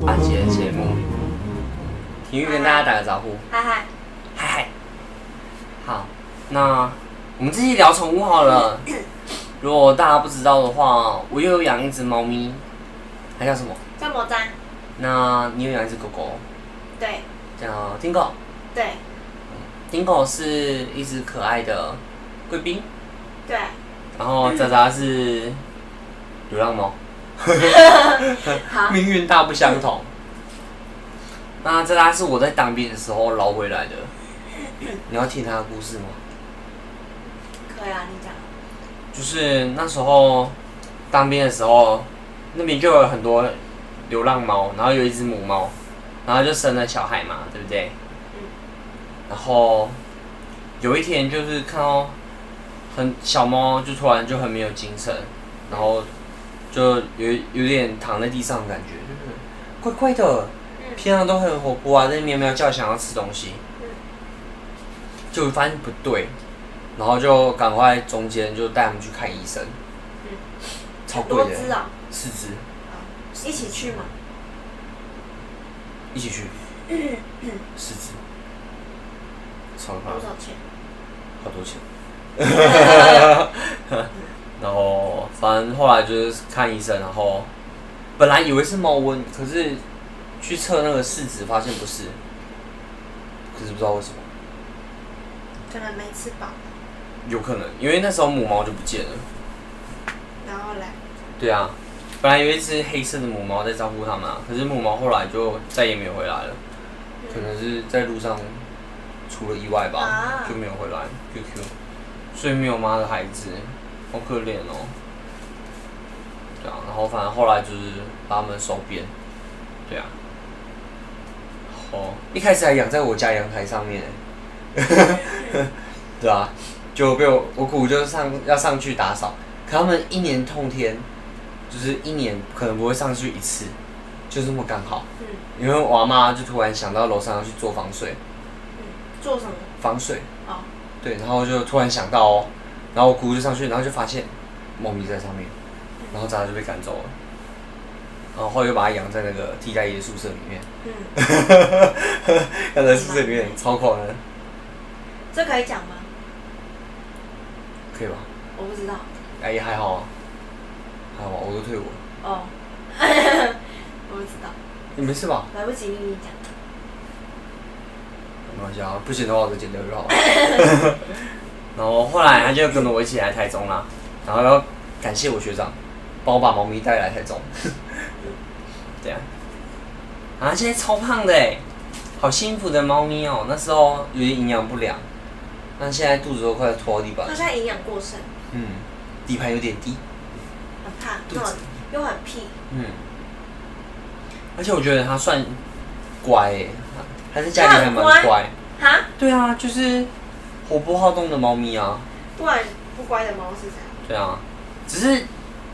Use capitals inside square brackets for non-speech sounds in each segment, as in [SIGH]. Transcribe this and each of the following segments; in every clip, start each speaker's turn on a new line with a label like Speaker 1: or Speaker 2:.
Speaker 1: 八姐节目，婷玉跟大家打个招呼，
Speaker 2: 嗨嗨，
Speaker 1: 嗨嗨。好，那我们继续聊宠物好了。如果大家不知道的话，我又有养一只猫咪，它叫什么？
Speaker 2: 叫魔毡，
Speaker 1: 那你有养一只狗狗，
Speaker 2: 对
Speaker 1: 叫丁狗。
Speaker 2: 对
Speaker 1: 丁狗是一只可爱的贵宾，
Speaker 2: 对，
Speaker 1: 然后渣渣是流浪猫。
Speaker 2: 好，
Speaker 1: 命运大不相同。那这拉是我在当兵的时候捞回来的。你要听他的故事吗？
Speaker 2: 可以啊，你讲，
Speaker 1: 就是那时候当兵的时候，那边就有很多流浪猫，然后有一只母猫，然后就生了小孩嘛，对不对？
Speaker 2: 嗯
Speaker 1: 然后有一天就是看到很小猫，就突然就很没有精神，然后就有有点躺在地上的感觉，就是怪怪的，
Speaker 2: 嗯
Speaker 1: 平常都很活泼啊，在那边喵喵叫，想要吃东西
Speaker 2: 嗯，
Speaker 1: 就发现不对，然后就赶快中间就带他们去看医生
Speaker 2: 嗯，
Speaker 1: 超贵
Speaker 2: 多
Speaker 1: 的，
Speaker 2: 只哦，
Speaker 1: 四只
Speaker 2: 一起去嘛，
Speaker 1: 一起
Speaker 2: [CLEARS THROAT]
Speaker 1: 去，四只，超可怕
Speaker 2: 多少
Speaker 1: [LAUGHS]
Speaker 2: 钱？
Speaker 1: 好多钱。然后反正后来就是看医生，然后本来以为是猫瘟，可是去测那个试纸发现不是，可是不知道为什么，
Speaker 2: 可能没吃饱，
Speaker 1: 有可能因为那时候母猫就不见了。
Speaker 2: 然后来，
Speaker 1: 对啊，本来有一只黑色的母猫在照顾它们啊，可是母猫后来就再也没有回来了，可
Speaker 2: 嗯
Speaker 1: 能是在路上出了意外吧
Speaker 2: 啊，
Speaker 1: 就没有回来。QQ，所以没有妈的孩子，好可怜哦。对啊，然后反正后来就是把它们收编，对啊。哦，一开始还养在我家阳台上面， [LAUGHS] 对啊，就被我我姑就上要上去打扫，可他们一年通天，就是一年可能不会上去一次，就这么刚好。
Speaker 2: 嗯，
Speaker 1: 因为我妈就突然想到楼上要去做防水，
Speaker 2: 做什么？
Speaker 1: 防水，
Speaker 2: 哦，
Speaker 1: 对，然后就突然想到哦，然后我姑就上去，然后就发现猫咪在上面，然后渣渣就被赶走了，然后后来又把它养在那个替代役的宿舍里面，
Speaker 2: 嗯，
Speaker 1: 养在宿舍里面超狂的，
Speaker 2: 这可以讲吗？
Speaker 1: 可以吧？
Speaker 2: 我不知道，
Speaker 1: 哎，也还好啊，还好吧，啊我都退伍了，
Speaker 2: 哦， [LAUGHS] 我不知道，
Speaker 1: 你没事吧？
Speaker 2: 来不及跟你讲，
Speaker 1: 没关系啊，不行的话我就剪掉就好了。 [LAUGHS] 然后后来他就跟着我一起来台中啦，然后要感谢我学长，帮我把猫咪带来台中。 [LAUGHS] 对啊，啊，现在超胖的哎，好幸福的猫咪哦、那时候有点营养不良，那现在肚子都快拖到地板
Speaker 2: 他
Speaker 1: 了。
Speaker 2: 现在营养过剩，
Speaker 1: 嗯，底盘有点低。
Speaker 2: 很胖，
Speaker 1: 肚
Speaker 2: 又
Speaker 1: 子
Speaker 2: 很又很屁，
Speaker 1: 嗯，而且我觉得它算乖哎，它在家里
Speaker 2: 它很
Speaker 1: 还蛮
Speaker 2: 乖
Speaker 1: 乖。
Speaker 2: 哈，
Speaker 1: 对啊，就是活泼好动的猫咪啊。
Speaker 2: 不然不乖的猫是啥？
Speaker 1: 对啊，只是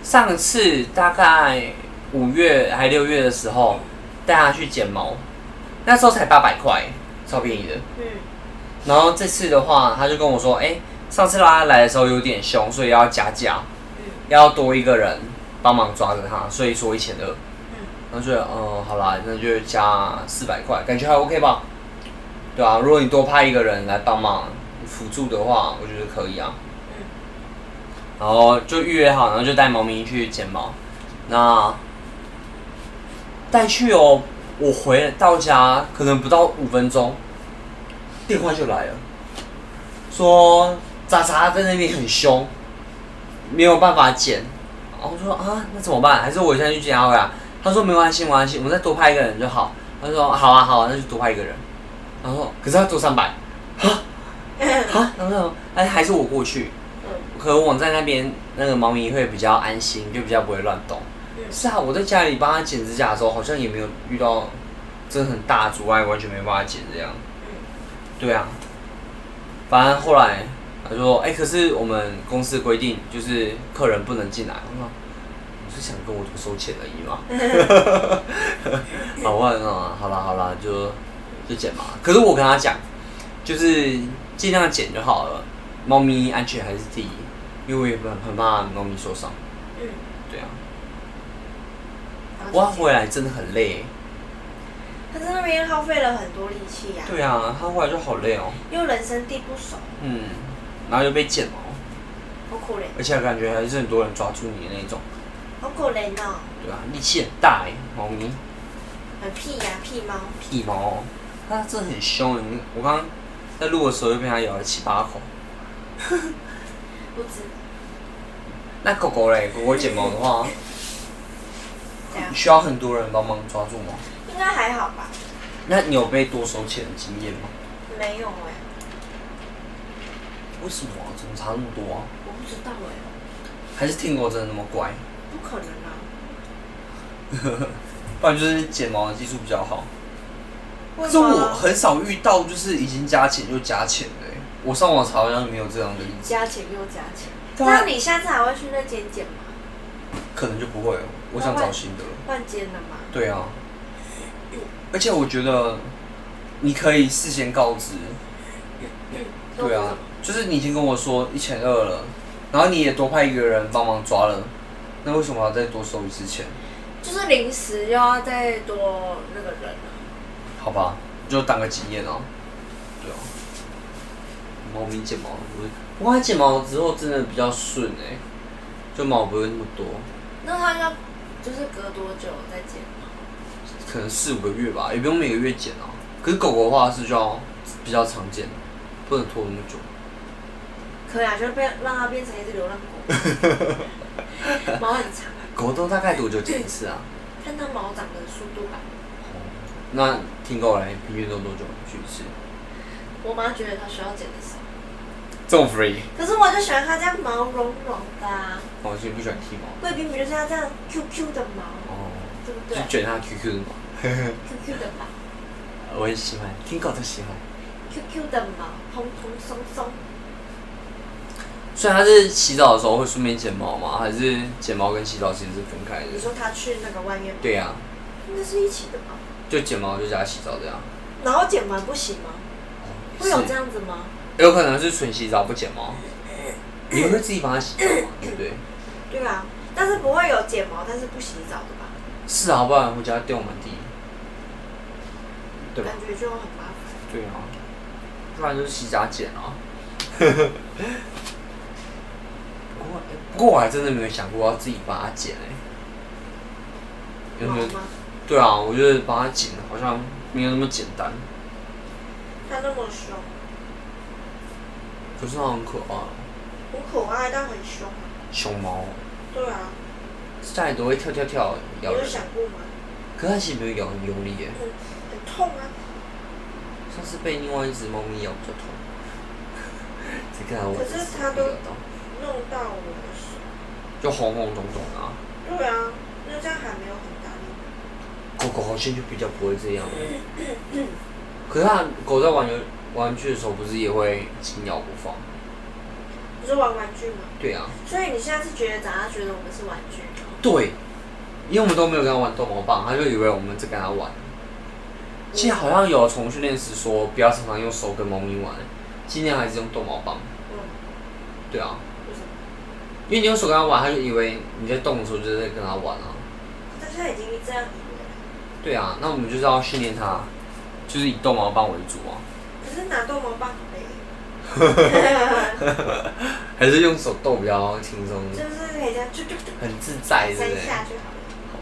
Speaker 1: 上次大概五月还六月的时候，带它去剪毛，那时候才八百块，超便宜的。
Speaker 2: 嗯，
Speaker 1: 然后这次的话，他就跟我说，哎、上次拉他来的时候有点凶，所以要加价，
Speaker 2: 嗯
Speaker 1: 要多一个人帮忙抓着他，所以说一千二。然后就觉得，嗯，好啦，那就加四百块，感觉还 OK 吧？对啊，如果你多派一个人来帮忙辅助的话，我觉得可以啊。然后就预约好，然后就带猫咪去剪毛。那带去哦，我回到家可能不到五分钟，电话就来了，说渣渣在那边很凶，没有办法剪。然后我就说啊，那怎么办？还是我现在去剪好了？他说没关系，没关系，我们再多派一个人就好。他说好啊，好啊，那就多派一个人。然后说可是要多三百
Speaker 2: 嗯，
Speaker 1: 啊，然后说哎还是我过去。可能网站那边那个猫咪会比较安心，就比较不会乱动。
Speaker 2: 嗯
Speaker 1: 是啊，我在家里帮它剪指甲的时候，好像也没有遇到真的很大的阻碍，完全没办法剪这样。
Speaker 2: 嗯
Speaker 1: 对啊，反正后来他说，哎、可是我们公司规定就是客人不能进来。我说，你是想跟我多收钱而 [LAUGHS]
Speaker 2: [LAUGHS]
Speaker 1: 已嘛。啊好，我想说好啦好啦，就就剪嘛。可是我跟他讲，就是尽量减就好了。猫咪安全还是第一，因为我也很很怕猫咪受伤。
Speaker 2: 嗯，
Speaker 1: 对啊，
Speaker 2: 然后
Speaker 1: 我要
Speaker 2: 就
Speaker 1: 回来真的很累。
Speaker 2: 他在那边耗费了很多力气呀、
Speaker 1: 对啊，它回来就好累哦。
Speaker 2: 因为人生地不熟，
Speaker 1: 嗯，然后又被剪毛，
Speaker 2: 好可怜，
Speaker 1: 而且感觉还是很多人抓住你的那种。
Speaker 2: 好可怜哦，
Speaker 1: 对啊，力气很大哎、猫咪
Speaker 2: 很屁呀、屁猫，
Speaker 1: 屁猫、哦，它真的很凶。我刚刚在录的时候又被它咬了七八口。
Speaker 2: 不知
Speaker 1: 那狗狗嘞，狗狗剪毛的话，
Speaker 2: 这样，
Speaker 1: 需要很多人帮忙抓住吗？
Speaker 2: 应该还好吧？
Speaker 1: 那你有被多收钱的经验吗？
Speaker 2: 没有哎、
Speaker 1: 为什么啊、怎么差那么多啊？
Speaker 2: 我不知道哎、
Speaker 1: 还是听狗真的那么乖？
Speaker 2: 不可能啊！
Speaker 1: 不然就是剪毛的技术比较好。可
Speaker 2: 为
Speaker 1: 是
Speaker 2: 什
Speaker 1: 我
Speaker 2: 么
Speaker 1: 很少遇到就是已经加钱就加钱的欸、我上网查好像没有这样的例子。
Speaker 2: 加钱又加钱？
Speaker 1: 对啊
Speaker 2: 那你下次还会去那间剪吗？
Speaker 1: 可能就不会了，我想找新的了。
Speaker 2: 换间了吗？
Speaker 1: 对啊，而且我觉得你可以事先告知，对
Speaker 2: 弄
Speaker 1: 啊
Speaker 2: 什么，
Speaker 1: 就是你已经跟我说一千二了，然后你也多派一个人帮忙抓了，那为什么要再多收一次钱？
Speaker 2: 就是临时又要再多那个人啊了。
Speaker 1: 好吧，就当个经验哦。对啊，猫咪剪毛，我我它剪毛之后真的比较顺哎、就毛不会那么多，
Speaker 2: 那他要就是隔多久再剪吗？
Speaker 1: 可能四五个月吧，也不用每个月剪啊。可是狗狗的话是就要比较常剪，不能拖那么久。
Speaker 2: 可以啊，就变让它变成一
Speaker 1: [LAUGHS]
Speaker 2: 只流浪狗，毛很长，
Speaker 1: 狗都大概多久剪一次啊？
Speaker 2: 看它毛长的速度吧。
Speaker 1: 哦那听狗来平均都多久去一次？
Speaker 2: 我妈觉得它需要剪的少，
Speaker 1: 这么 free，
Speaker 2: 可是我就喜欢它这样毛茸茸的、啊，
Speaker 1: 我其实不喜欢剃毛。
Speaker 2: 贵宾不就是要这样 QQ 的毛，
Speaker 1: 哦，
Speaker 2: 对不
Speaker 1: 就
Speaker 2: 对
Speaker 1: 卷它 QQ 的毛，
Speaker 2: ？QQ 的毛
Speaker 1: 我也喜欢，听狗都喜欢。
Speaker 2: ，QQ 的毛，蓬蓬松松，
Speaker 1: 所以它是洗澡的时候会顺便剪毛吗？还是剪毛跟洗澡其实是分开
Speaker 2: 你
Speaker 1: 的？
Speaker 2: 说它去那个外面，
Speaker 1: 对呀、啊，
Speaker 2: 应该是一起的吧？
Speaker 1: 就剪毛就加洗澡这样。
Speaker 2: 然后剪完不行吗？会有这样子吗？
Speaker 1: 是有可能是纯洗澡不剪
Speaker 2: [COUGHS]
Speaker 1: 毛。你会自己帮它洗澡吗？对不对？
Speaker 2: 对啊，但是不会有剪毛，但是不洗澡的吧？
Speaker 1: 是啊，不然回家掉满地，对吧
Speaker 2: 感？觉就很麻烦。
Speaker 1: 对啊，不然就是洗甲剪啊。 [LAUGHS] 不过，哎不过我还真的没有想过要自己把它剪哎、有没有
Speaker 2: 毛？吗？
Speaker 1: 对啊，我觉得把它剪好像没有那么简单，
Speaker 2: 它那么凶，
Speaker 1: 可是它很可爱，
Speaker 2: 很可爱但很凶啊。
Speaker 1: 熊猫
Speaker 2: 对啊，
Speaker 1: 家里都会跳跳跳
Speaker 2: 你
Speaker 1: 咬
Speaker 2: 有
Speaker 1: 人，
Speaker 2: 想过吗？
Speaker 1: 可是它其实没有咬很用力哎、
Speaker 2: 很痛啊！
Speaker 1: 上次被另外一只猫咪咬比较痛。 [LAUGHS] 这个啊我
Speaker 2: 可
Speaker 1: 真是
Speaker 2: 是它
Speaker 1: 被
Speaker 2: 都
Speaker 1: 咬到
Speaker 2: 弄到我的手。
Speaker 1: 就红红肿肿的啊。
Speaker 2: 对啊，那这样还没有很大力。
Speaker 1: 狗狗好像就比较不会这 [COUGHS] 样。可是它狗在玩游玩具的时候，不是也会紧咬不放？
Speaker 2: 你是玩玩具吗？
Speaker 1: 对啊，
Speaker 2: 所以你现在是觉得长大觉得我们是玩具吗？
Speaker 1: 对，因为我们都没有跟它玩逗猫棒，它就以为我们在跟它玩。现在好像有宠物训练师说，不要常常用手跟猫咪玩，尽量还是用逗猫棒。
Speaker 2: 嗯，
Speaker 1: 对啊，
Speaker 2: 为什么？
Speaker 1: 因为你用手跟它玩，它就以为你在动的时候就是在跟它玩啊。
Speaker 2: 但是它已经这样以为了。
Speaker 1: 对啊，那我们就是要训练它，就是以逗猫棒为主啊，
Speaker 2: 可是拿逗毛棒很
Speaker 1: [LAUGHS]
Speaker 2: 累，
Speaker 1: 还是用手逗比较轻松，
Speaker 2: 就是可以这样就就就
Speaker 1: 很自在，对不
Speaker 2: 三
Speaker 1: 对？
Speaker 2: 下就好了，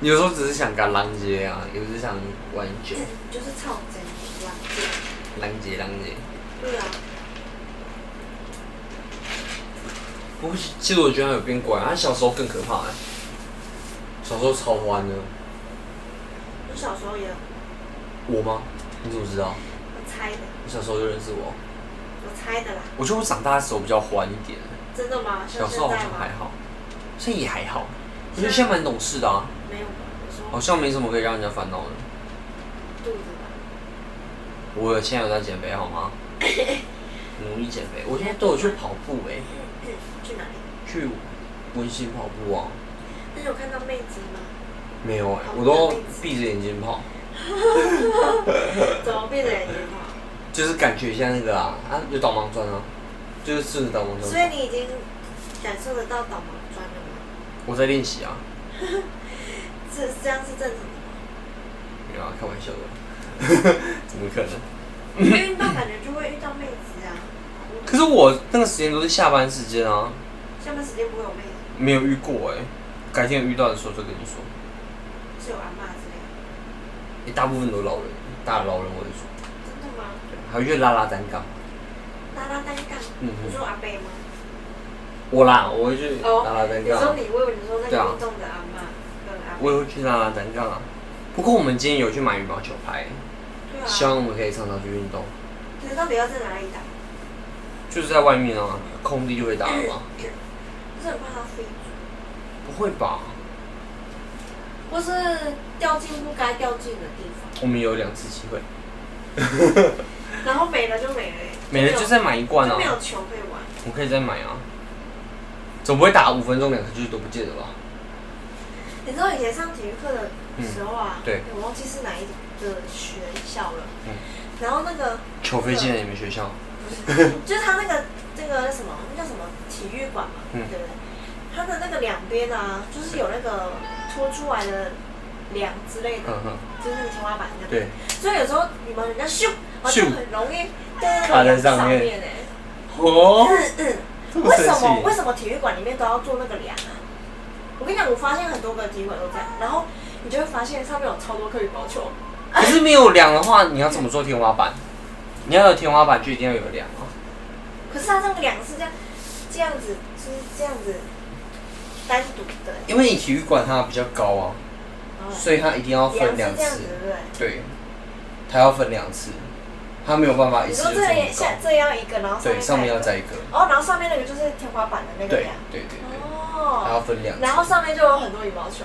Speaker 1: 有时候只是想跟浪街啊，有时候想玩酒，
Speaker 2: 就是操真一样。
Speaker 1: 浪街浪街。
Speaker 2: 对啊，
Speaker 1: 不过其实我觉得他有变乖，他小时候更可怕、欸，小时候超欢的。
Speaker 2: 我小时候也
Speaker 1: 我吗？你怎么知道？
Speaker 2: 我猜的，
Speaker 1: 你小时候就认识我？
Speaker 2: 我猜的啦。
Speaker 1: 我觉得我长大的时候比较欢一点，
Speaker 2: 真的吗？
Speaker 1: 小
Speaker 2: 像
Speaker 1: 时
Speaker 2: 现
Speaker 1: 候好
Speaker 2: 在
Speaker 1: 像还
Speaker 2: 吗？
Speaker 1: 好，现在也还好。我觉得现在蛮懂事的啊，
Speaker 2: 没有吧？我
Speaker 1: 好
Speaker 2: 说
Speaker 1: 像没什么可以让人家烦恼的。
Speaker 2: 肚子吧。
Speaker 1: 我现在有在减肥好
Speaker 2: [LAUGHS]
Speaker 1: 吗？努力减肥。我现在都有去跑步哎、
Speaker 2: 去哪里？
Speaker 1: 去温馨跑步啊。
Speaker 2: 那你有看到妹子
Speaker 1: [LAUGHS]
Speaker 2: 吗？
Speaker 1: 没有哎、
Speaker 2: 跑步
Speaker 1: 我都
Speaker 2: 的妹子
Speaker 1: 闭着眼睛跑。
Speaker 2: 怎么变得眼睛好？
Speaker 1: 就是感觉一下那个啊，啊，有导盲砖啊，就是顺着导盲
Speaker 2: 所以
Speaker 1: 砖。
Speaker 2: 你已经感受得到导盲砖了吗？
Speaker 1: 我在练习啊，
Speaker 2: 这这样是正常的
Speaker 1: 没有啊，开玩笑的， [LAUGHS] 怎么可能？
Speaker 2: 吗？运动感觉就会遇到妹子啊，
Speaker 1: 可是我那个时间都是下班时间啊，
Speaker 2: 下班时间不会有妹子，
Speaker 1: 没有遇过哎、改天有遇到的时候再跟你说。
Speaker 2: 是有阿妈之类的，
Speaker 1: 欸大部分都老人，大老人我就说，
Speaker 2: 真的吗？
Speaker 1: 对，还有就是拉拉单杠。
Speaker 2: 拉拉单杠，
Speaker 1: 嗯
Speaker 2: 你说阿伯吗？
Speaker 1: 我啦，我会去
Speaker 2: 哦
Speaker 1: 拉拉单
Speaker 2: 你说
Speaker 1: 杠，
Speaker 2: 你，我以为你说那
Speaker 1: 对啊
Speaker 2: 个运动的阿妈跟阿伯，
Speaker 1: 我也会去拉拉单杠啊。不过我们今天有去买羽毛球拍，
Speaker 2: 对啊，
Speaker 1: 希望我们可以常常去运动，
Speaker 2: 可是到底要在哪里打？
Speaker 1: 就是在外面啊，空地就会打了嘛。
Speaker 2: 不是很怕它飞走，嗯
Speaker 1: 不会吧？
Speaker 2: 或是掉进不该掉进的地方，
Speaker 1: 我们有两次机会，
Speaker 2: 然后没了就没了欸，
Speaker 1: 每人就再买一罐
Speaker 2: 就
Speaker 1: 啊
Speaker 2: 没，有球可以玩。
Speaker 1: 我可以再买啊。总不会打五分钟两个球都不见了吧？
Speaker 2: 你知道以前上体育课的时候啊，
Speaker 1: 嗯对
Speaker 2: 我忘记是哪一个学校了，
Speaker 1: 嗯
Speaker 2: 然后那个
Speaker 1: 球飞
Speaker 2: 啊
Speaker 1: 进了你们学校， [LAUGHS]
Speaker 2: 就是他那个那个什么那叫什么体育馆嘛，
Speaker 1: 嗯
Speaker 2: 对不对？它的那个两边啊，就是有那个拖出来的梁之类的，
Speaker 1: 嗯哼，
Speaker 2: 就是那个天花板那边。
Speaker 1: 对，
Speaker 2: 所以有时候你们人家咻，好
Speaker 1: 咻
Speaker 2: 像很容易掉在
Speaker 1: 卡
Speaker 2: 那
Speaker 1: 在
Speaker 2: 个梁
Speaker 1: 上
Speaker 2: 上
Speaker 1: 面
Speaker 2: 面哎。
Speaker 1: 哦，这
Speaker 2: 嗯为什么为
Speaker 1: 气，
Speaker 2: 什么体育馆里面都要做那个梁啊？我跟你讲，我发现很多个体育馆都这样，然后你就会发现上面有超多颗羽毛球。
Speaker 1: 可是没有梁的话，你要怎么做天花板？你要有天花板，就一定要有梁啊。
Speaker 2: 可是它这个两个是这样，这样子就是这样子单独的，
Speaker 1: 因为你体育馆它比较高啊，
Speaker 2: 然后
Speaker 1: 所以它一定要分
Speaker 2: 嗯两
Speaker 1: 两
Speaker 2: 是这样
Speaker 1: 次。
Speaker 2: 子，对不对？
Speaker 1: 对，它要分两次，它没有办法一
Speaker 2: 你
Speaker 1: 次
Speaker 2: 说
Speaker 1: 就
Speaker 2: 这
Speaker 1: 这么
Speaker 2: 里下
Speaker 1: 高。
Speaker 2: 这要一个，然后
Speaker 1: 对，上面要
Speaker 2: 再
Speaker 1: 再
Speaker 2: 一
Speaker 1: 一个。
Speaker 2: 个哦，然后上面那个就是天花板的那个
Speaker 1: 对
Speaker 2: 呀。
Speaker 1: 对对对，它要
Speaker 2: 哦，
Speaker 1: 分两次。
Speaker 2: 然后上面就有很多羽毛球，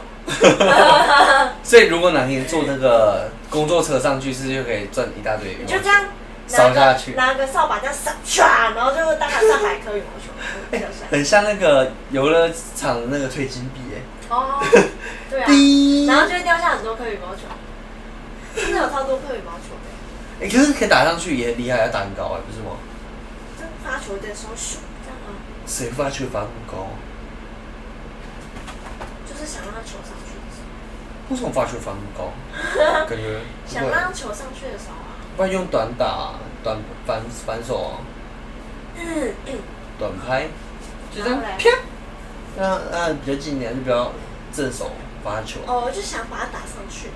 Speaker 1: 所以如果哪天坐那个工作车上去，是就可以赚一大堆羽
Speaker 2: 你
Speaker 1: 毛
Speaker 2: 就
Speaker 1: 球
Speaker 2: 这。样拿
Speaker 1: 扫下
Speaker 2: 个
Speaker 1: 去
Speaker 2: 拿个扫把这样扫唰，然后就大概上百颗羽
Speaker 1: [LAUGHS]
Speaker 2: 毛球，比较帅。
Speaker 1: 很像那个游乐场的那个退金币哎、
Speaker 2: 哦，
Speaker 1: [LAUGHS]
Speaker 2: 对啊，
Speaker 1: 滴
Speaker 2: 然后就会掉下很多颗羽毛球，真的有超多颗羽毛球的，
Speaker 1: 欸可是可以打上去也很厉害，要打很高哎、不是吗？
Speaker 2: 就发球的时候咻这样啊吗？
Speaker 1: 谁发球发那么高？
Speaker 2: 就是想让球上去的时候，
Speaker 1: 为什么发球发那
Speaker 2: [LAUGHS]
Speaker 1: 么高？感觉不
Speaker 2: 想
Speaker 1: 会
Speaker 2: 让球上去的时候啊，
Speaker 1: 不然用短打、短反反手、啊、
Speaker 2: 嗯嗯，
Speaker 1: 短拍，就这样
Speaker 2: 然后嘞
Speaker 1: 啪，那那比较近一点，就比较正手发球。
Speaker 2: 哦，我就想把它打上去。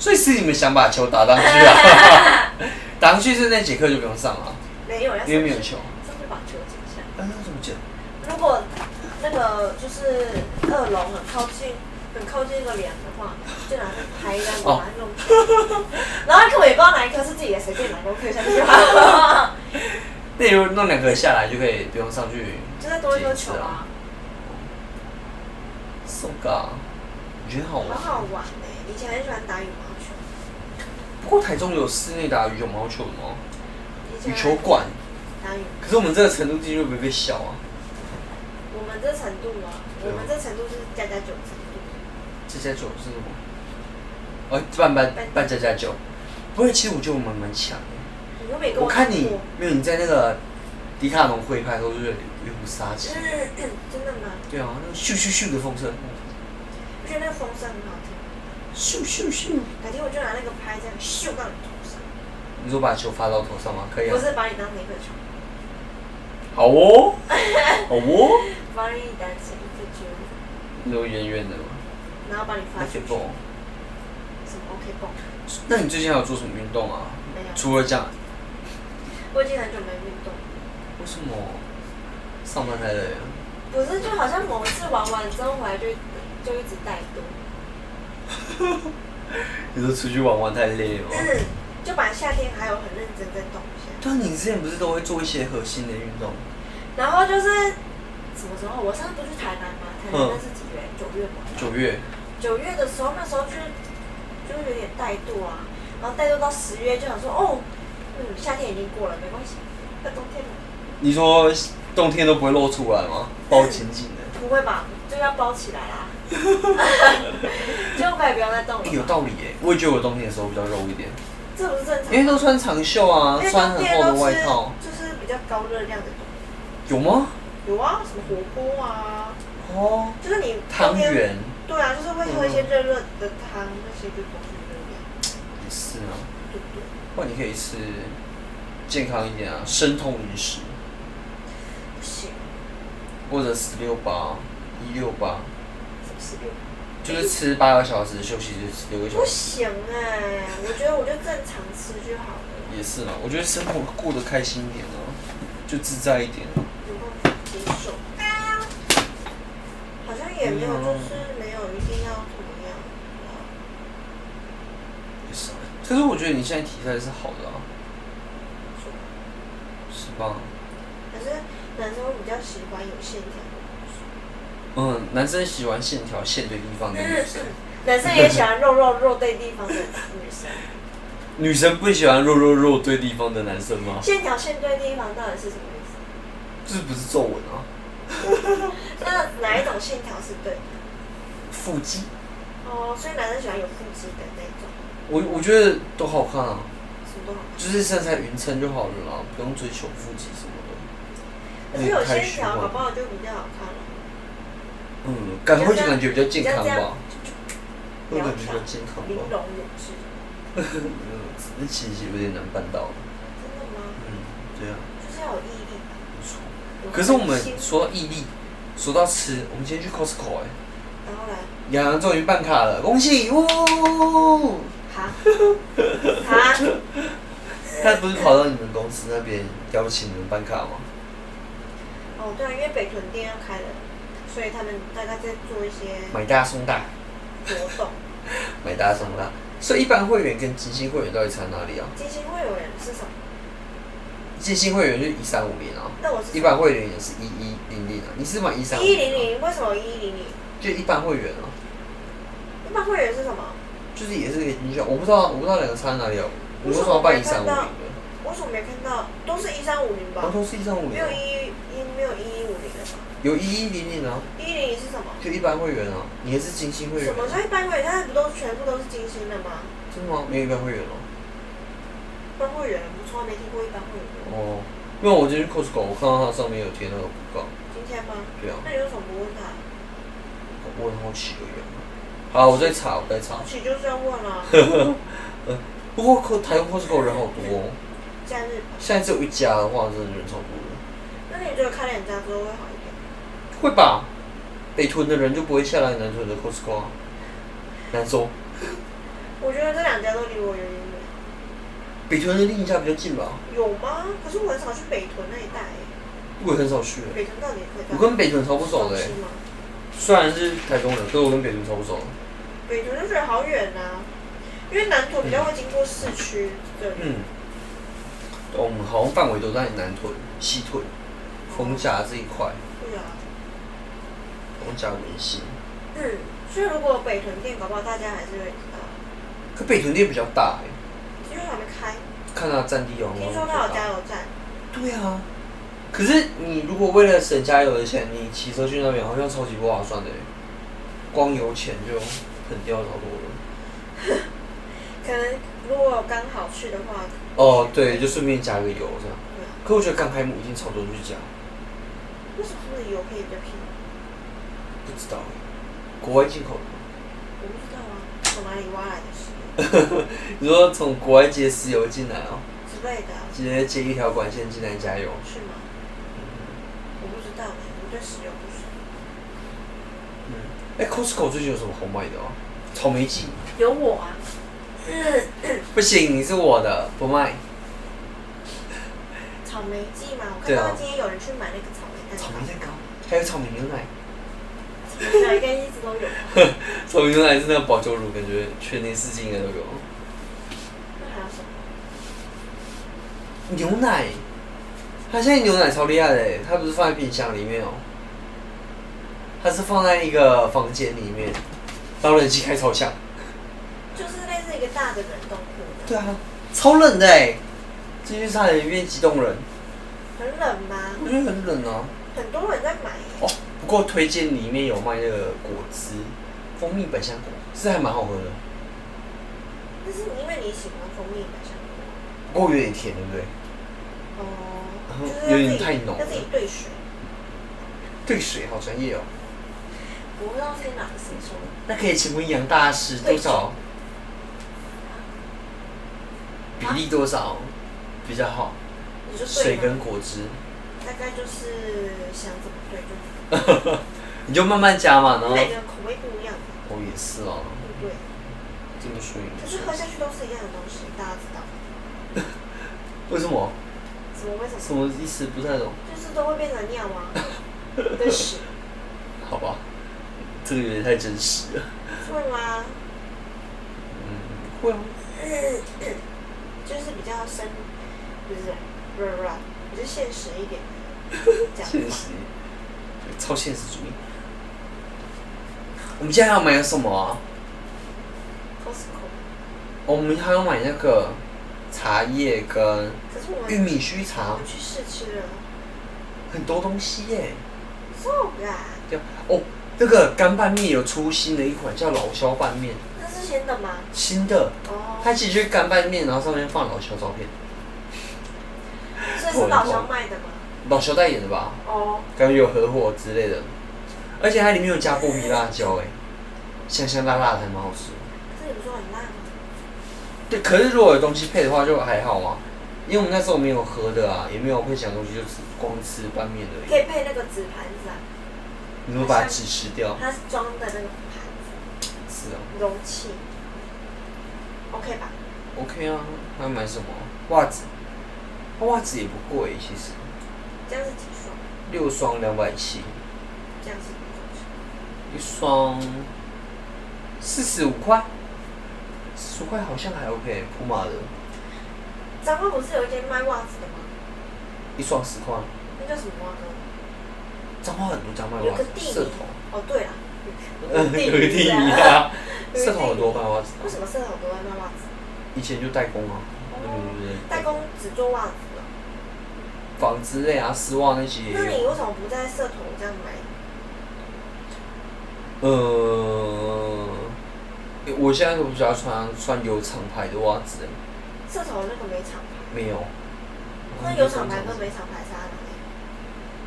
Speaker 1: 所以是你们想把球打上去
Speaker 2: [LAUGHS]
Speaker 1: 啊？打上去是那节课就不用上了，
Speaker 2: 没有，要上去
Speaker 1: 因为没有球。
Speaker 2: 上去把球捡下来。
Speaker 1: 但是怎么讲？
Speaker 2: 如果那个就是二楼很靠近，很靠近一个脸的话，就拿那个拍一下，把它弄
Speaker 1: 哦
Speaker 2: 掉。 [LAUGHS] 然后那颗我也不知道哪一颗是自己的，随便拿一颗可
Speaker 1: [LAUGHS]
Speaker 2: 以下去就好了，
Speaker 1: 那如果弄两个下来就可以不用上去。
Speaker 2: 就再多一颗球啊。
Speaker 1: So ga，你啊觉得好
Speaker 2: 好
Speaker 1: 玩？
Speaker 2: 好玩呢、以前很喜欢打羽毛球，
Speaker 1: 不过台中有室内打羽毛球的吗？
Speaker 2: 以前
Speaker 1: 羽球馆，
Speaker 2: 打羽，
Speaker 1: 可是我们这个程度进去会不会被笑啊？
Speaker 2: 我们这程度啊，
Speaker 1: 对
Speaker 2: 我
Speaker 1: 啊
Speaker 2: 们这程度就是加加九程度，
Speaker 1: 加加酒是什么？哦，半半半加加酒。不会，其实我觉得我们蛮强的。
Speaker 2: 你又没跟
Speaker 1: 我看
Speaker 2: 打
Speaker 1: 你
Speaker 2: 过 [COUGHS]
Speaker 1: 没有你在那个迪卡侬会拍都是一股杀气。
Speaker 2: 嗯，真的吗？
Speaker 1: 对啊，那个咻咻咻的风声，
Speaker 2: 我觉得那个风声很好听，
Speaker 1: 咻咻咻。
Speaker 2: 改天我就拿那个拍这样咻到你头上，
Speaker 1: 你说把球发到头上吗？可以啊
Speaker 2: 不。是把你当成一个球，
Speaker 1: 好
Speaker 2: [LAUGHS]
Speaker 1: 哦，好哦。
Speaker 2: 把你当成一个球，
Speaker 1: 你都远远的吗？
Speaker 2: 然后把你发
Speaker 1: 那可
Speaker 2: 出去
Speaker 1: 以，蹦。
Speaker 2: 什么 OK 蹦，
Speaker 1: 那你最近还有做什么运动啊？
Speaker 2: 没有，
Speaker 1: 除了这样，
Speaker 2: 我已经很久没运动了，
Speaker 1: 为什么上班太累啊了？
Speaker 2: 不是就好像某一次玩完之后回来就就一直怠惰。
Speaker 1: 你说出去玩玩太累了吗？
Speaker 2: 嗯， [CLEARS THROAT] 就把夏天还有很认真在动一下。
Speaker 1: 对啊，你之前不是都会做一些核心的运动？
Speaker 2: 然后就是什么时候？我上次不是去台南吗？台南
Speaker 1: 嗯
Speaker 2: 那是几月？九月吗？
Speaker 1: 九月，
Speaker 2: 九月的时候，那时候就是就是有点怠惰啊，然后怠惰到十月就想说，哦，嗯，夏天已经过了，没关系，快冬天了，
Speaker 1: 你说冬天都不会露出来吗？包紧紧的。
Speaker 2: 不会吧？就要包起来
Speaker 1: [LAUGHS]
Speaker 2: 啦。就可以不用再动
Speaker 1: 欸有
Speaker 2: 了吧。
Speaker 1: 哎道理耶，我也觉得我冬天的时候比较肉一点，
Speaker 2: 这不是正常的，
Speaker 1: 因为都穿长袖啊
Speaker 2: 因，为
Speaker 1: 穿
Speaker 2: 冬
Speaker 1: 很
Speaker 2: 天
Speaker 1: 厚
Speaker 2: 都
Speaker 1: 的
Speaker 2: 吃
Speaker 1: 外套，
Speaker 2: 就是比较高热量的东
Speaker 1: 有吗？
Speaker 2: 西，有啊，什么火锅啊，
Speaker 1: 哦，
Speaker 2: 就是你冬
Speaker 1: 汤
Speaker 2: 天
Speaker 1: 圆
Speaker 2: 对啊，就是会喝一些热热的汤，那些就都是热量，
Speaker 1: 也是啊，
Speaker 2: 对不对？
Speaker 1: 不然你可以吃健康一点啊，生酮饮食
Speaker 2: 不行，
Speaker 1: 或者四六八一六八，
Speaker 2: 是不是？
Speaker 1: 就是吃八个小时，休息就吃六个小
Speaker 2: 不
Speaker 1: 时。
Speaker 2: 行哎、我觉得我就正常吃就好了，
Speaker 1: 也是啊，我觉得生活过得开心一点啊，就自在一点啊。
Speaker 2: 有办法接受。好像也没有，就是
Speaker 1: 嗯
Speaker 2: 没有一定要怎么样。
Speaker 1: 也是啊，可是我觉得你现在体态是好的啊，是吧？
Speaker 2: 可是男生会比较喜欢有线条的
Speaker 1: 嗯，男生喜欢线条线对地方的女
Speaker 2: 东西
Speaker 1: 生，
Speaker 2: 男生也喜欢肉肉肉对地方的
Speaker 1: [LAUGHS]
Speaker 2: 女生。
Speaker 1: 女生不喜欢肉肉肉对地方的男生吗？
Speaker 2: 线条线对地方到底是什么意思？
Speaker 1: 这不是皱纹啊，
Speaker 2: 那哪一种线条是对的？
Speaker 1: 腹肌，
Speaker 2: 哦，所以男生喜欢有腹肌的那种，
Speaker 1: 我我觉得都好看啊，
Speaker 2: 什么都好看。
Speaker 1: 就是身材匀称就好了啦，不用追求腹肌什么的。
Speaker 2: 可是有
Speaker 1: 那
Speaker 2: 线条
Speaker 1: 也太虚幻
Speaker 2: 搞
Speaker 1: 了
Speaker 2: 不好就比较好看了。
Speaker 1: 嗯，感会就感觉比较健康
Speaker 2: 比较这
Speaker 1: 吧
Speaker 2: 样，
Speaker 1: 会感觉比较健康
Speaker 2: 玲
Speaker 1: 吧。
Speaker 2: 珑有致，
Speaker 1: 嗯，那其实有点难办到。
Speaker 2: 真的吗？
Speaker 1: 嗯，对啊，
Speaker 2: 就是要有毅力。
Speaker 1: 不错。
Speaker 2: 有
Speaker 1: 可是我们
Speaker 2: 恒心
Speaker 1: 说到毅力，说到吃，我们今天去 Costco 哎、
Speaker 2: 然后来，
Speaker 1: 洋洋终于办卡了，恭喜！呜， [LAUGHS]
Speaker 2: 哈，哈，
Speaker 1: 他不是跑到你们公司那边邀请你们办卡吗？
Speaker 2: 哦对啊，因为北屯店要开了，所以他们大概在做一些
Speaker 1: 买大送大，
Speaker 2: 活动。
Speaker 1: 买大送大。所以一般会员跟金星会员到底差哪里啊？
Speaker 2: 金星会有人是什么？
Speaker 1: 金星会员就一三五零啊，
Speaker 2: 那我是
Speaker 1: 一般会员也是一一零零啊。你是买一三
Speaker 2: 一零，零，为什么一零零？
Speaker 1: 就一般会员啊，
Speaker 2: 一般会员是什么？
Speaker 1: 就是也是给金星。我不知道，我不知道两个差哪里啊。我
Speaker 2: 为
Speaker 1: 为
Speaker 2: 什
Speaker 1: 什
Speaker 2: 么
Speaker 1: 么要办一三五零的？
Speaker 2: 我怎么没看到？都是一三五零
Speaker 1: 我
Speaker 2: 吧？
Speaker 1: 都是一三五零
Speaker 2: 没有
Speaker 1: 啊
Speaker 2: 一，一没有一一五零的吧？
Speaker 1: 有一一零零啊，
Speaker 2: 一零零是什么？
Speaker 1: 就一般会员啊。你也是金星会员
Speaker 2: 什
Speaker 1: 啊？
Speaker 2: 么叫一般会员？现在不都全部都是金星的吗？
Speaker 1: 真的吗？没有一般会员哦、
Speaker 2: 一般会员，我从来没听过一般会员。
Speaker 1: 哦，因为我今天去 Costco，我看到它上面有贴那个广告，
Speaker 2: 今天吗？
Speaker 1: 对啊，
Speaker 2: 那你为什么不问啊他？
Speaker 1: 我很好奇而已啊。好，我在查，我在查 [LAUGHS]
Speaker 2: 好。奇就是要问啊。
Speaker 1: 呃，不过 Co 台湾 Costco 人好多、哦，
Speaker 2: 假日吧，
Speaker 1: 现在只有一家的话，真的人超多
Speaker 2: 那你觉得开两家之后会好一点？
Speaker 1: 的。会吧？北屯的人就不会下来南屯的 Costco 啊，南州
Speaker 2: 我觉得这两家都离我有点远。
Speaker 1: 北屯的另一家比较近吧？
Speaker 2: 有吗？可是我很少去北屯那一带、欸
Speaker 1: 我也很少去、
Speaker 2: 北屯到底会在？
Speaker 1: 我跟北屯超不熟的、欸
Speaker 2: 是吗？
Speaker 1: 虽然是台中人，可是我跟北屯超不熟。
Speaker 2: 北屯就觉得好远啊，因为南屯比较会经过市区的。
Speaker 1: 嗯，对我们好像范围都在南屯、西屯、逢甲这一块。
Speaker 2: 对啊。
Speaker 1: 我讲文心，
Speaker 2: 嗯，所以如果北屯店，搞不好大家还是会知道，
Speaker 1: 可北屯店比较大哎、
Speaker 2: 因为还没开。
Speaker 1: 看它占地有没有
Speaker 2: 听
Speaker 1: 比
Speaker 2: 说
Speaker 1: 较
Speaker 2: 它有加
Speaker 1: 大。
Speaker 2: 油站，
Speaker 1: 对啊，可是你如果为了省加油的钱，你骑车去那边好像超级不划算的、欸，光油钱就很掉好多了。
Speaker 2: 可能如果刚好去的话，
Speaker 1: 哦，对，就顺便加个油这样。
Speaker 2: 对啊。
Speaker 1: 可我觉得刚开幕一定超多人去加，
Speaker 2: 为什么他们的油可以比较便宜？
Speaker 1: 不知道欸国外进口的
Speaker 2: 我不知道啊，从哪里挖来的石油
Speaker 1: 吗，你说从国外接石油进来哦，
Speaker 2: 之类的啊、
Speaker 1: 直接接一条管线进来加油。
Speaker 2: 是吗？我不知道呢，我对石油不熟。
Speaker 1: 嗯，哎、c o s t c o 最近有什么好买的哦、草莓季。
Speaker 2: 有我啊？
Speaker 1: 不行，你是我的，不卖。
Speaker 2: 草莓季嘛，我看
Speaker 1: 对啊
Speaker 2: 到今天有人去买那个草莓蛋
Speaker 1: 草
Speaker 2: 糕
Speaker 1: 莓，蛋糕，还有草莓牛奶。
Speaker 2: 草莓蛋糕应该一直都有吧，
Speaker 1: 草莓牛奶是那个保酒乳，感觉全年四季应该都有。
Speaker 2: 那还有什么？
Speaker 1: 牛奶，它现在牛奶超厉害的欸，它不是放在冰箱里面哦、它是放在一个房间里面，然后冷气开超强。
Speaker 2: 就是类似一个大的冷冻库的，
Speaker 1: 对啊，超冷的哎，进去差点变激动人。
Speaker 2: 很冷吗？
Speaker 1: 我觉得很冷啊。
Speaker 2: 很多人在买耶，
Speaker 1: 哦，不过推荐里面有卖那个果汁，蜂蜜百香果，是还蛮好喝的。
Speaker 2: 但是因为你喜欢蜂蜜百香果，
Speaker 1: 不过有点甜，对不对？
Speaker 2: 哦，
Speaker 1: 嗯
Speaker 2: 就是
Speaker 1: 有点
Speaker 2: 要自己
Speaker 1: 太浓
Speaker 2: 要自己
Speaker 1: 了
Speaker 2: 兑水，
Speaker 1: 对水好专业哦。
Speaker 2: 我不知道是哪个谁说的，
Speaker 1: 那可以请问杨大师多少比
Speaker 2: 啊
Speaker 1: 例多少比较好？
Speaker 2: 你就
Speaker 1: 水
Speaker 2: 兑嘛
Speaker 1: 跟果汁，
Speaker 2: 大概就是想怎么兑就怎么
Speaker 1: 你就慢慢加嘛，然
Speaker 2: 兑，
Speaker 1: 后
Speaker 2: 每个人口味不一样，
Speaker 1: 哦也是哦，
Speaker 2: 对不对？
Speaker 1: 这么说也
Speaker 2: 可
Speaker 1: 没
Speaker 2: 是
Speaker 1: 错
Speaker 2: 喝下去都是一样的东西，大家知道。
Speaker 1: 为什么？
Speaker 2: 什么为什
Speaker 1: 什
Speaker 2: 么？
Speaker 1: 么意思不太懂？
Speaker 2: 就是都会变成尿啊， [LAUGHS] 的屎，
Speaker 1: 好吧，这个有点太真实了。
Speaker 2: 会吗？
Speaker 1: 嗯，会啊，
Speaker 2: [COUGHS] 就是比较深，不是，不是不是，比较现实一点的讲
Speaker 1: 现
Speaker 2: 法。
Speaker 1: 实，对超现实主义。我们今天还要买什么啊？哦
Speaker 2: Costco，
Speaker 1: 我们还要买那个茶叶跟
Speaker 2: 可是我
Speaker 1: 玉
Speaker 2: 们
Speaker 1: 米须
Speaker 2: 我
Speaker 1: 茶
Speaker 2: 们，去试吃了，
Speaker 1: 很多东西耶。
Speaker 2: so 啦，
Speaker 1: 对哦，那个干拌面有出新的一款叫老肖拌面，
Speaker 2: 那是新的吗？
Speaker 1: 新的，它
Speaker 2: 哦，
Speaker 1: 其实就是干拌面，然后上面放老肖照片，
Speaker 2: 所以是老肖卖的吗？
Speaker 1: 老肖代言的吧？
Speaker 2: 哦，
Speaker 1: 感觉有合伙之类的，而且它里面有加波比辣椒，哎，香香辣辣的还蛮好吃的。
Speaker 2: 可是你不说很辣吗？
Speaker 1: 对，可是如果有东西配的话就还好啊，因为我们那时候没有喝的啊，也没有会想东西，就只光吃拌面而
Speaker 2: 可
Speaker 1: 已。
Speaker 2: 以配那个纸盘子啊，
Speaker 1: 你们把它纸吃掉，
Speaker 2: 它是装的那个盘
Speaker 1: 是啊
Speaker 2: 子容器，OK 吧？
Speaker 1: ，OK 啊。还要买什么？袜子，它袜子也不贵，其实
Speaker 2: 这样是几双？
Speaker 1: 六双两百七，
Speaker 2: 这样是几双？
Speaker 1: 一双四十五块，四十块好像还 OK，普马的，
Speaker 2: 彰化不是有一间卖袜子的吗？
Speaker 1: 一双十块。
Speaker 2: 那叫什么啊袜子？
Speaker 1: 彰化很多彰化
Speaker 2: 有个
Speaker 1: 袜
Speaker 2: 地
Speaker 1: 子，
Speaker 2: 名
Speaker 1: 社头，
Speaker 2: 哦，对了，
Speaker 1: 嗯，有一定
Speaker 2: [LAUGHS]
Speaker 1: 一啊，社头很多卖袜子啊，
Speaker 2: 为什么社头都在卖袜子？
Speaker 1: 以前就代工啊，嗯，
Speaker 2: 哦代工只做袜子的，
Speaker 1: 纺织类啊，丝袜那些也
Speaker 2: 那你
Speaker 1: 有。
Speaker 2: 为什么不在社头这样买？
Speaker 1: 呃，我现在都比较穿穿有厂牌的袜子、欸，
Speaker 2: 社头那个没厂牌，
Speaker 1: 没有。
Speaker 2: 那有厂牌跟没厂牌差哪里？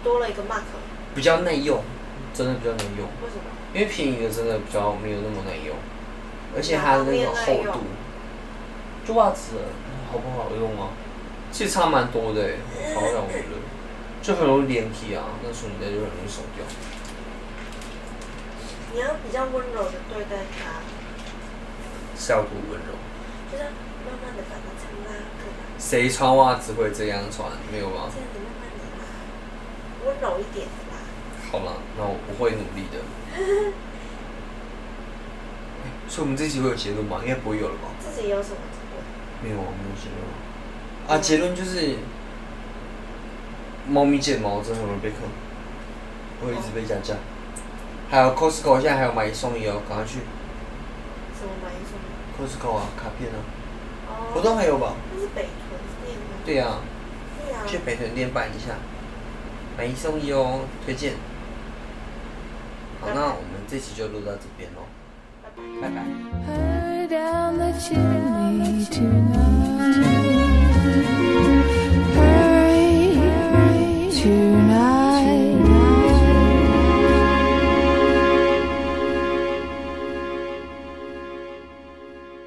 Speaker 2: 多了一个 mark，
Speaker 1: 比较耐用，真的比较耐用，
Speaker 2: 为什么？
Speaker 1: 因为便宜的真的比较没有那么耐用，而且它的那个厚度，就袜子好不好用啊？其实差蛮多的、欸，好像我觉得就很容易连体啊，那时候你戴就很容易手掉。
Speaker 2: 你要比较温柔的对待它，
Speaker 1: 是要多温柔？
Speaker 2: 就是慢慢的把它啊这样拉过来，
Speaker 1: 谁穿袜子会这样穿？没有啊吧
Speaker 2: 这？样子慢慢的拉，温柔一点的拉。
Speaker 1: 好了，那我我会努力的。哎所以我们这期会有结论吗？应该不会有了吧？
Speaker 2: 自己有什么结
Speaker 1: 没有啊，没有结论啊。啊，结论就是，猫咪剪毛真的很容易被坑，会一直被加价。还有 Costco 现在还有买一送一哦，赶快去
Speaker 2: 论？什么买什么？
Speaker 1: Costco 啊，卡片啊，
Speaker 2: 哦，
Speaker 1: 活动还有吧？
Speaker 2: 那是北屯店吗？
Speaker 1: 对啊，
Speaker 2: 对啊，
Speaker 1: 去北屯店办一下，买一送一哦，推荐。好，那我们这期就录到这边喽，
Speaker 2: 拜拜。
Speaker 1: 拜拜。
Speaker 3: her down the chimney tonight.